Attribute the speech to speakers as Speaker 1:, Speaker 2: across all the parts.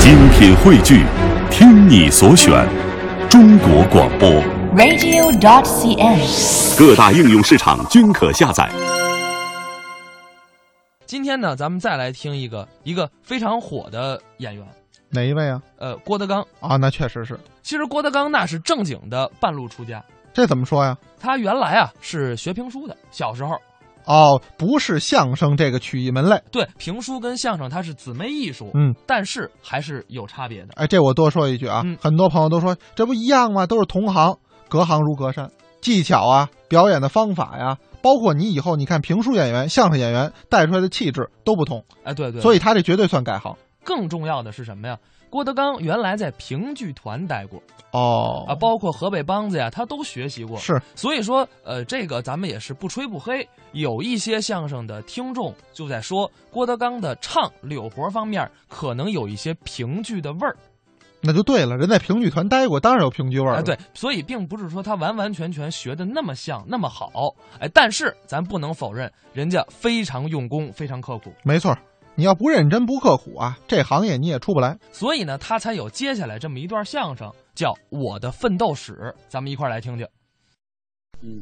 Speaker 1: 精品汇聚，听你所选，中国广播。
Speaker 2: radio.cn。
Speaker 1: 各大应用市场均可下载。
Speaker 3: 今天呢，咱们再来听一个一个非常火的演员，
Speaker 4: 哪一位啊？
Speaker 3: 呃，郭德纲。
Speaker 4: 啊，那确实是。
Speaker 3: 其实郭德纲那是正经的半路出家，
Speaker 4: 这怎么说呀？
Speaker 3: 他原来啊是学评书的，小时候
Speaker 4: 哦，不是相声这个曲艺门类。
Speaker 3: 对评书跟相声它是姊妹艺术，
Speaker 4: 嗯，
Speaker 3: 但是还是有差别的。
Speaker 4: 哎，这我多说一句啊，
Speaker 3: 嗯
Speaker 4: 很多朋友都说这不一样吗？都是同行，隔行如隔山。技巧啊，表演的方法呀、包括你以后你看评书演员、相声演员带出来的气质都不同，
Speaker 3: 哎，对对。
Speaker 4: 所
Speaker 3: 以
Speaker 4: 以他这绝对算改行。
Speaker 3: 更重要的是什么呀？郭德纲原来在评剧团待过
Speaker 4: 哦
Speaker 3: 啊，包括河北梆子呀，他都学习过。
Speaker 4: 是
Speaker 3: 所以说，呃，这个咱们也是不吹不黑。有一些相声的听众就在说，郭德纲的唱柳活方面可能有一些评剧的味儿。
Speaker 4: 那就对了，人在评剧团待过，当然有评剧味儿了、
Speaker 3: 哎，对，所以并不是说他完完全全学的那么像那么好，哎，但是咱不能否认，人家非常用功，非常刻苦，
Speaker 4: 没错儿。你要不认真不刻苦啊，这行业你也出不来。
Speaker 3: 所以呢，他才有接下来这么一段相声，叫《我的奋斗史》，咱们一块儿来听听。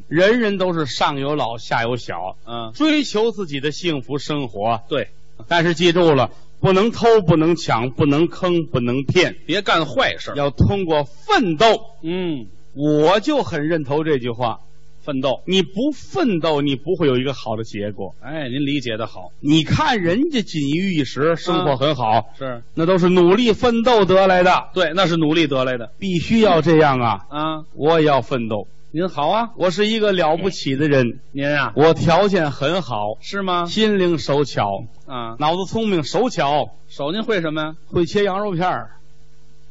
Speaker 5: 人人都是上有老下有小，嗯，追求自己的幸福生活。对，但是记住了，不能偷，不能抢，不能坑，不能骗，别干坏事，要通过奋斗。嗯，我就很认同这句话。奋斗，你不奋斗，你不会有一个好的结果。哎，您理解的好。你看人家锦衣玉食，生活很好，嗯是那都是努力奋斗得来的。对，那是努力得来的，必须要这样啊！啊，我也要奋斗。您好啊，我是一个了不起的人。您啊，我条件很好，是吗？心灵手巧啊，脑子聪明，手巧。手您会什么呀？会切羊肉片儿，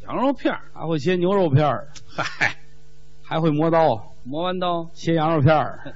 Speaker 5: 羊肉片儿，还会切牛肉片儿，嗨，还会磨刀，磨完刀切羊肉片 儿，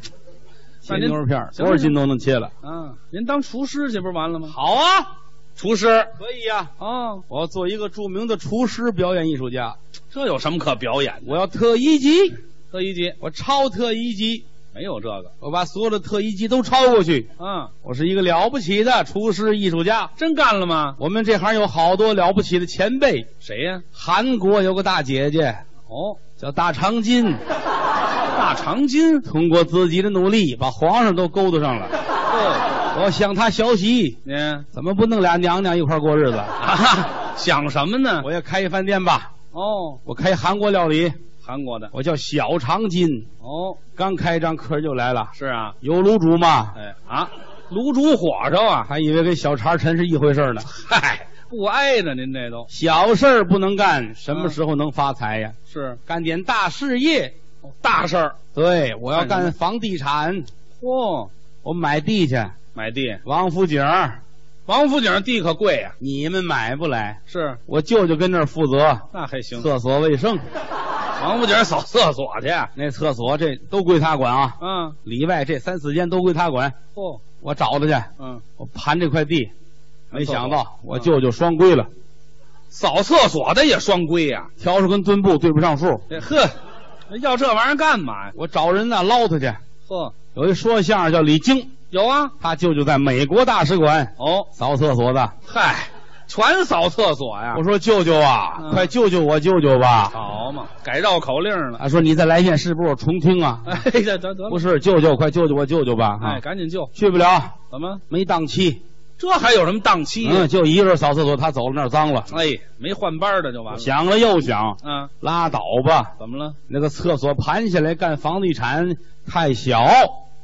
Speaker 5: 切牛肉片儿，多少斤都能切了。嗯，您当厨师去不是完了吗？好啊，厨师可以呀、啊。我要做一个著名的厨师表演艺术家。这有什么可表演的？我要特一级，特一级，我超特一级。没有这个，我把所有的特一级都超过去。嗯，我是一个了不起的厨师艺术家，真干了吗？我们这行有好多了不起的前辈，谁呀、韩国有个大姐姐，哦，叫大长今。大长今通过自己的努力，把皇上都勾搭上了。我想他学习，嗯，怎么不弄俩娘 娘一块儿过日子啊？想什么呢？我要开一饭店吧。哦，我开韩国料理，韩国的，我叫小长今。哦，刚开张客人就来了。是啊，有卤煮吗？哎啊，卤煮火烧啊，还以为跟小茶陈是一回事儿呢。嗨。不挨着您这都小事儿不能干，什么时候能发财呀？是干点大事业，大事儿。对，我要干哦房地产。嚯，我买地去，买地，王府井儿，王府井地可贵啊呀、你们买不来。是我舅舅跟那儿负责，那还行，厕所卫生。王府井扫厕所去，那厕所这都归他管啊。嗯，里外这三四间都归他管。嚯，我找他去。哦嗯，我盘这块地，没想到我舅舅双规了。扫厕所的也双规呀、笤帚跟墩布对不上数。呵，要这玩意儿干嘛呀？我找人呐、捞他去。呵，有一说相声叫李菁，有啊，他舅舅在美国大使馆哦扫厕所的。嗨，全扫厕所呀！我说舅舅啊，快救救我舅舅吧！好嘛，改绕口令了。啊，说你再来一遍，是不是我重听啊？哎，得得得，不是舅舅，快救救我舅舅吧！哎，赶紧救！去不了，怎么没档期？这还有什么档期、嗯，就一个人扫厕所，他走了那儿脏了。哎，没换班的就完了。想了又想，嗯，拉倒吧。怎么了？那个厕所盘下来干房地产太小。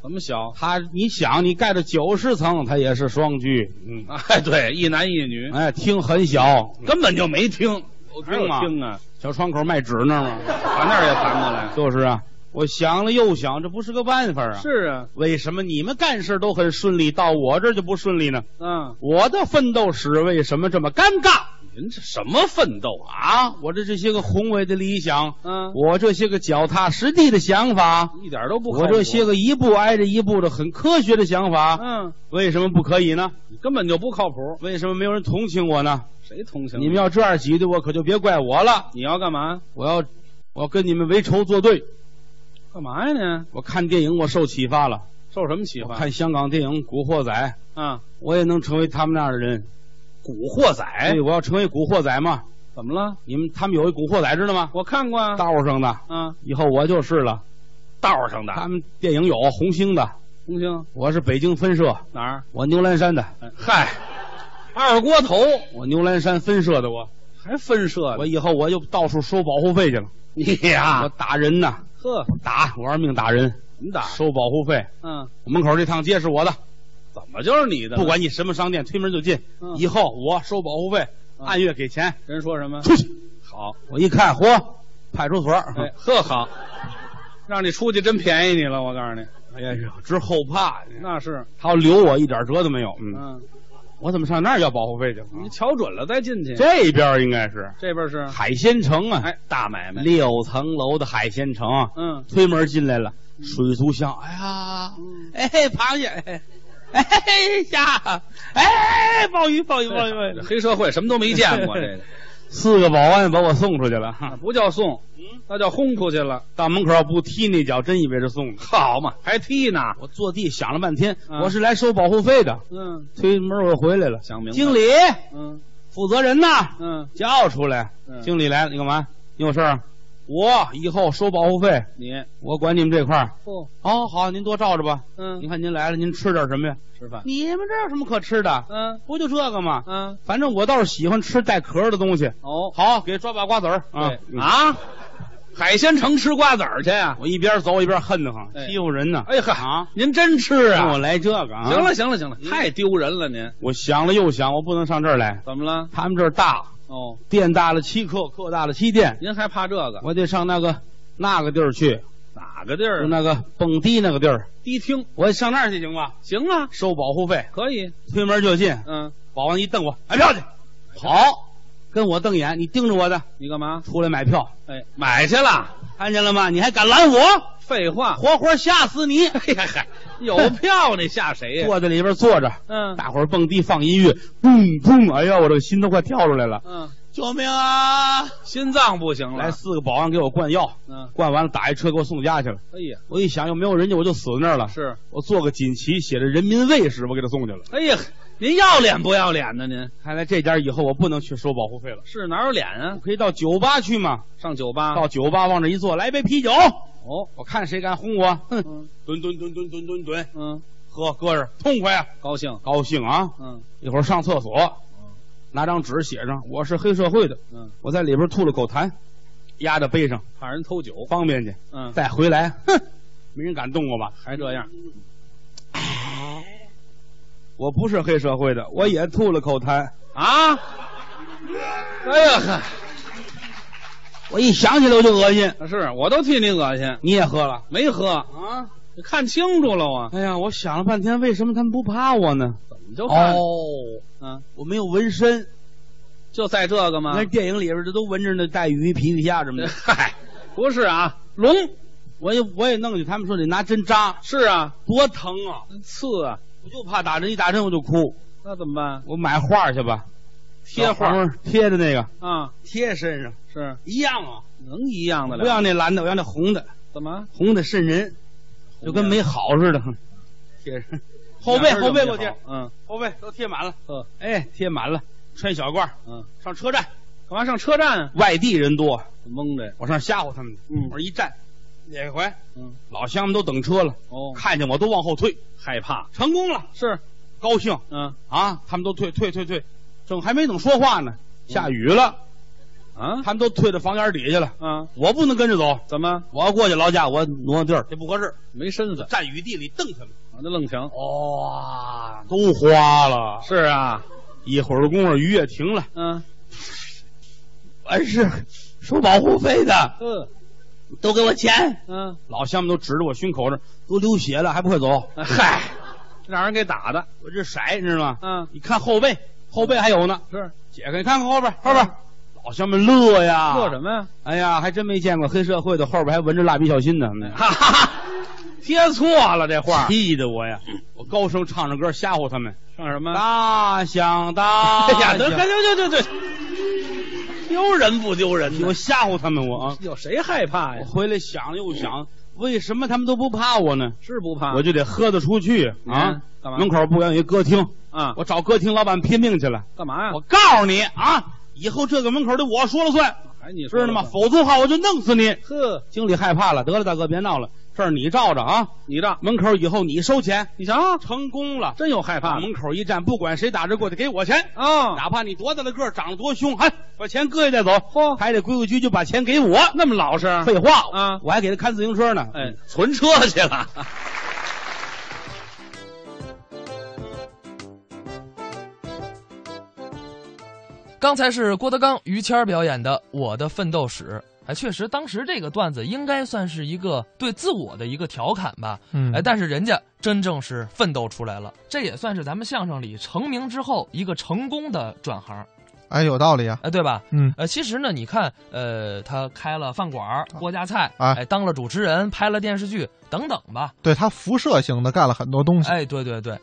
Speaker 5: 怎么小？他你想，你盖到九十层，它也是双居。嗯， 哎，对，一男一女。哎，厅很小，根本就没厅。厅嘛，厅啊，小窗口卖纸那儿嘛，把那儿也盘过来。就是啊，我想了又想，这不是个办法啊。是啊，为什么你们干事都很顺利，到我这儿就不顺利呢？嗯，我的奋斗史为什么这么尴尬？您这什么奋斗啊？我这这些个宏伟的理想，嗯，我这些个脚踏实地的想法，一点都不，我这些个一步挨着一步的很科学的想法，嗯，为什么不可以呢？根本就不靠谱。为什么没有人同情我呢？谁同情？你们要这样挤兑我，可就别怪我了。你要干嘛？我要，我要跟你们为仇作对。干嘛呀你？我看电影，我受启发嗯了。受什么启发？看香港电影《古惑仔》啊，我也能成为他们那样的人。
Speaker 2: 古惑仔，
Speaker 5: 哎，我要成为古惑仔嘛。
Speaker 2: 怎么了？
Speaker 5: 你们他们有一古惑仔知道吗？
Speaker 2: 我看过啊，
Speaker 5: 道上的，
Speaker 2: 啊，
Speaker 5: 以后我就是了。
Speaker 2: 道上的
Speaker 5: 嗯他们电影有红星的，
Speaker 2: 红星
Speaker 5: 我是北京分社，
Speaker 2: 哪儿？
Speaker 5: 我牛栏山的。
Speaker 2: 嗨，二锅头
Speaker 5: 我牛栏山分社的我，
Speaker 2: 还分社
Speaker 5: 我
Speaker 2: 呢？
Speaker 5: 以后我就到处收保护费去了。
Speaker 2: 你
Speaker 5: 我
Speaker 2: 呀，
Speaker 5: 打人呐，
Speaker 2: 呵，
Speaker 5: 打，我玩命打人，
Speaker 2: 你打，
Speaker 5: 收保护费。
Speaker 2: 嗯，
Speaker 5: 我门口这趟街是我的，
Speaker 2: 怎么就是你的？
Speaker 5: 不管你什么商店，推门就进。
Speaker 2: 嗯
Speaker 5: 以后我收保护费，
Speaker 2: 嗯
Speaker 5: 按月给钱。
Speaker 2: 人说什么，
Speaker 5: 出去！
Speaker 2: 好，
Speaker 5: 我一看，嚯，派出所。
Speaker 2: 哎，呵好，让你出去真便宜你了，我告诉你，
Speaker 5: 哎呀，直后怕，
Speaker 2: 那是，
Speaker 5: 他要留我一点辙都没有。嗯，
Speaker 2: 嗯，
Speaker 5: 我怎么上那儿要保护费去？
Speaker 2: 你瞧准了再进去，
Speaker 5: 这边应该是
Speaker 2: 这边是，
Speaker 5: 海鲜城啊，
Speaker 2: 哎，大买卖，
Speaker 5: 六层楼的海鲜城。啊
Speaker 2: 嗯，
Speaker 5: 推门进来了，水族箱。哎呀，哎，螃蟹，哎，哎呀，哎，鲍鱼，鲍鱼，鲍鱼，鲍鱼。
Speaker 2: 黑社会什么都没 见过，这个啊
Speaker 5: 四个保安把我送出去了，
Speaker 2: 那不叫送，
Speaker 5: 嗯
Speaker 2: 那叫轰出去了，
Speaker 5: 到门口不踢那脚，真以为是送的。
Speaker 2: 好嘛，还踢呢，
Speaker 5: 我坐地想了半天，
Speaker 2: 嗯
Speaker 5: 我是来收保护费的。
Speaker 2: 嗯
Speaker 5: 推门我回来了，
Speaker 2: 想明白
Speaker 5: 经理，
Speaker 2: 嗯
Speaker 5: 负责人呢？
Speaker 2: 嗯，
Speaker 5: 叫出来。
Speaker 2: 嗯
Speaker 5: 经理来了，你干嘛？你有事儿？我以后收保护费，
Speaker 2: 你
Speaker 5: 我管你们这块儿。
Speaker 2: 不，
Speaker 5: 哦，好，您多照着吧。您
Speaker 2: 嗯，
Speaker 5: 看您来了，您吃点什么呀？
Speaker 2: 吃饭，
Speaker 5: 你们这有什么可吃的？
Speaker 2: 嗯
Speaker 5: 不就这个吗？
Speaker 2: 嗯，
Speaker 5: 反正我倒是喜欢吃带壳的东西。
Speaker 2: 哦，
Speaker 5: 好，给抓把瓜子儿啊
Speaker 2: 对！啊，海鲜城吃瓜子儿去啊，
Speaker 5: 我一边走一边恨得慌，
Speaker 2: 哎
Speaker 5: 欺负人呢。
Speaker 2: 哎
Speaker 5: 哈，啊，
Speaker 2: 您真吃
Speaker 5: 让
Speaker 2: 啊
Speaker 5: 我？来这个啊！
Speaker 2: 行，了行了行了，太丢人了您，
Speaker 5: 我想了又想，我不能上这儿来。
Speaker 2: 怎么了？
Speaker 5: 他们这儿大，
Speaker 2: 哦，
Speaker 5: 店大了七克，克大了七店，
Speaker 2: 您还怕这个？
Speaker 5: 我得上那个那个地儿去，
Speaker 2: 哪个地
Speaker 5: 就
Speaker 2: 儿啊？
Speaker 5: 那个蹦迪那个地儿，
Speaker 2: 迪厅
Speaker 5: 我上那儿去行吗？
Speaker 2: 行啊，
Speaker 5: 收保护费，
Speaker 2: 可以，
Speaker 5: 推门就进，
Speaker 2: 嗯，
Speaker 5: 保安一瞪我，哎买票去。好，跟我瞪眼，你盯着我的，
Speaker 2: 你干嘛？
Speaker 5: 出来买票，
Speaker 2: 哎，买去了，
Speaker 5: 看见了吗？你还敢拦我，
Speaker 2: 废话，
Speaker 5: 活活吓死 你！
Speaker 2: 哎呀嗨，有票你吓谁呀？
Speaker 5: 坐在里边坐着，
Speaker 2: 嗯
Speaker 5: 大伙儿蹦迪放音乐，嘣嘣，哎呀，我这个心都快跳出来了！
Speaker 2: 嗯，
Speaker 5: 救命啊！
Speaker 2: 心脏不行
Speaker 5: 来
Speaker 2: 了，
Speaker 5: 四个保安给我灌药，
Speaker 2: 嗯，
Speaker 5: 灌完了打一车给我送家去了。
Speaker 2: 哎呀，
Speaker 5: 我一想又没有人家，我就死在那儿了。
Speaker 2: 是，
Speaker 5: 我做个锦旗，写着“人民卫士”，我给他送去了。
Speaker 2: 哎呀，您要脸不要脸呢？您
Speaker 5: 看来这家以后我不能去收保护费了，啊
Speaker 2: 是哪有脸啊
Speaker 5: 我？可以到酒吧去嘛？
Speaker 2: 上酒吧
Speaker 5: 到酒吧往这一坐，来一杯啤酒，
Speaker 2: 哦，
Speaker 5: 我看谁敢轰我！哼，
Speaker 2: 嗯
Speaker 5: 蹲蹲蹲蹲蹲蹲蹲，
Speaker 2: 嗯，
Speaker 5: 喝搁着，痛快啊！
Speaker 2: 高兴，
Speaker 5: 高兴啊！
Speaker 2: 嗯
Speaker 5: 一会儿上厕所，拿张纸写上我是黑社会的，
Speaker 2: 嗯，
Speaker 5: 我在里边吐了口痰，压在背上，
Speaker 2: 怕人偷酒，
Speaker 5: 方便去，
Speaker 2: 嗯，
Speaker 5: 再回来，哼，没人敢动我吧？
Speaker 2: 还这样，
Speaker 5: 我不是黑社会的，我也吐了口痰。
Speaker 2: 啊！哎呀嗨，
Speaker 5: 我一想起来我就恶心。
Speaker 2: 是我都替你恶心，
Speaker 5: 你也喝了？
Speaker 2: 没喝，
Speaker 5: 啊？
Speaker 2: 你看清楚了啊，
Speaker 5: 哎呀，我想了半天，为什么他们不怕我呢？
Speaker 2: 你就看，
Speaker 5: 哦
Speaker 2: 嗯，
Speaker 5: 我没有纹身，
Speaker 2: 就在这个吗
Speaker 5: 那？电影里边这都纹着呢，带鱼、皮皮虾什么的。
Speaker 2: 啊 嗨，不是啊，龙
Speaker 5: 我也我也弄去，他们说得拿针扎，
Speaker 2: 是啊，
Speaker 5: 多疼啊！
Speaker 2: 刺啊，
Speaker 5: 我就怕打针，一打针我就哭。
Speaker 2: 那怎么办？
Speaker 5: 我买画去吧，
Speaker 2: 贴画
Speaker 5: 小黄花贴的那个，
Speaker 2: 啊，
Speaker 5: 贴身上
Speaker 2: 是
Speaker 5: 一样啊。
Speaker 2: 能一样的了？
Speaker 5: 不要那蓝的，我要那红的，
Speaker 2: 怎么
Speaker 5: 红的瘆人，就跟没好似的。贴上 后背
Speaker 2: 哪儿都
Speaker 5: 后背
Speaker 2: 没
Speaker 5: 给我贴
Speaker 2: 好，嗯，
Speaker 5: 后背都贴满了。
Speaker 2: 呵，
Speaker 5: 哎，贴满了，穿小褂，
Speaker 2: 嗯，
Speaker 5: 上车站，
Speaker 2: 干嘛上车站啊？
Speaker 5: 外地人多，
Speaker 2: 蒙着呀，
Speaker 5: 我上吓唬他们去。
Speaker 2: 嗯
Speaker 5: 我这一站，哪回？
Speaker 2: 嗯，
Speaker 5: 老乡们都等车了，
Speaker 2: 哦，
Speaker 5: 看见我都往后退，
Speaker 2: 害怕
Speaker 5: 成功了，
Speaker 2: 是，
Speaker 5: 高兴
Speaker 2: 嗯
Speaker 5: 啊！他们都退退退退，正还没等说话呢，下雨了，
Speaker 2: 啊
Speaker 5: 他们都退到房檐底下去了。
Speaker 2: 啊，
Speaker 5: 我不能跟着走，
Speaker 2: 怎么
Speaker 5: 我要过去劳驾，我挪挪地儿，这不合适。
Speaker 2: 没身子？
Speaker 5: 站雨地里瞪他们，
Speaker 2: 我就愣停。
Speaker 5: 哦哇，啊都花了。
Speaker 2: 是啊，
Speaker 5: 一会儿的功夫，雨也停了。
Speaker 2: 嗯
Speaker 5: 完事，哎收保护费的
Speaker 2: 嗯
Speaker 5: 都给我钱。
Speaker 2: 嗯，
Speaker 5: 老乡们都指着我胸口这儿都流血了，还不快走？
Speaker 2: 嗨，让人给打的。
Speaker 5: 我这色你知道吗？
Speaker 2: 嗯，
Speaker 5: 你看后背，后背还有呢。
Speaker 2: 是
Speaker 5: 解开，你看看后边，后边。老乡们乐呀，
Speaker 2: 做什？么呀？
Speaker 5: 哎呀，还真没见过黑社会的，后边还纹着蜡笔小新呢。
Speaker 2: 哈哈哈，贴错了这嗯画，
Speaker 5: 气得我呀！我高声唱着歌吓唬他们。
Speaker 2: 上什
Speaker 5: 啊
Speaker 2: 么？
Speaker 5: 大响大
Speaker 2: 嗯哎
Speaker 5: 响，
Speaker 2: 呀，得得得得得得，丢人不丢人
Speaker 5: 我
Speaker 2: 呢？嗯
Speaker 5: 吓唬他们，我啊！
Speaker 2: 有谁害怕
Speaker 5: 我
Speaker 2: 呀？
Speaker 5: 回来想又想，为什么他们都不怕我呢？
Speaker 2: 是不怕
Speaker 5: 我就得喝得出去
Speaker 2: 啊
Speaker 5: 啊！
Speaker 2: 干嘛
Speaker 5: 门口不远有一歌厅，
Speaker 2: 啊，
Speaker 5: 我找歌厅老板拼命去了。
Speaker 2: 干嘛呀？
Speaker 5: 我告诉你啊，以后这个门口得我说了算，
Speaker 2: 哎，你
Speaker 5: 知道吗？
Speaker 2: 否
Speaker 5: 否则的话我就弄死你。
Speaker 2: 呵，
Speaker 5: 经理害怕了，得了，大哥别闹了，这儿你罩着啊。
Speaker 2: 你这
Speaker 5: 门口以后你收钱，
Speaker 2: 你瞧，
Speaker 5: 成功了，
Speaker 2: 真有害怕
Speaker 5: 往
Speaker 2: 的
Speaker 5: 门口一站，不管谁打着过去，给我钱。
Speaker 2: 啊！
Speaker 5: 哪怕你多大的个儿，长得多凶，哎，把钱搁下再走，
Speaker 2: 嚯
Speaker 5: 还得规规矩矩把钱给我。那么老实，废话
Speaker 2: 啊
Speaker 5: 我还给他看自行车呢，
Speaker 2: 哎，
Speaker 5: 存车去了。
Speaker 3: 刚才是郭德纲、于谦儿表演的《我的奋斗史》。哎，确实，当时这个段子应该算是一个对自我的一个调侃吧。
Speaker 4: 嗯
Speaker 3: 哎，但是人家真正是奋斗出来了，这也算是咱们相声里成名之后一个成功的转行，
Speaker 4: 哎，有道理啊，
Speaker 3: 哎，对吧？
Speaker 4: 嗯，
Speaker 3: 呃，其实呢，你看，呃，他开了饭馆儿、郭家菜，
Speaker 4: 哎
Speaker 3: 哎，当了主持人，拍了电视剧等等吧。
Speaker 4: 对他辐射型的干了很多东西，
Speaker 3: 哎，对对对，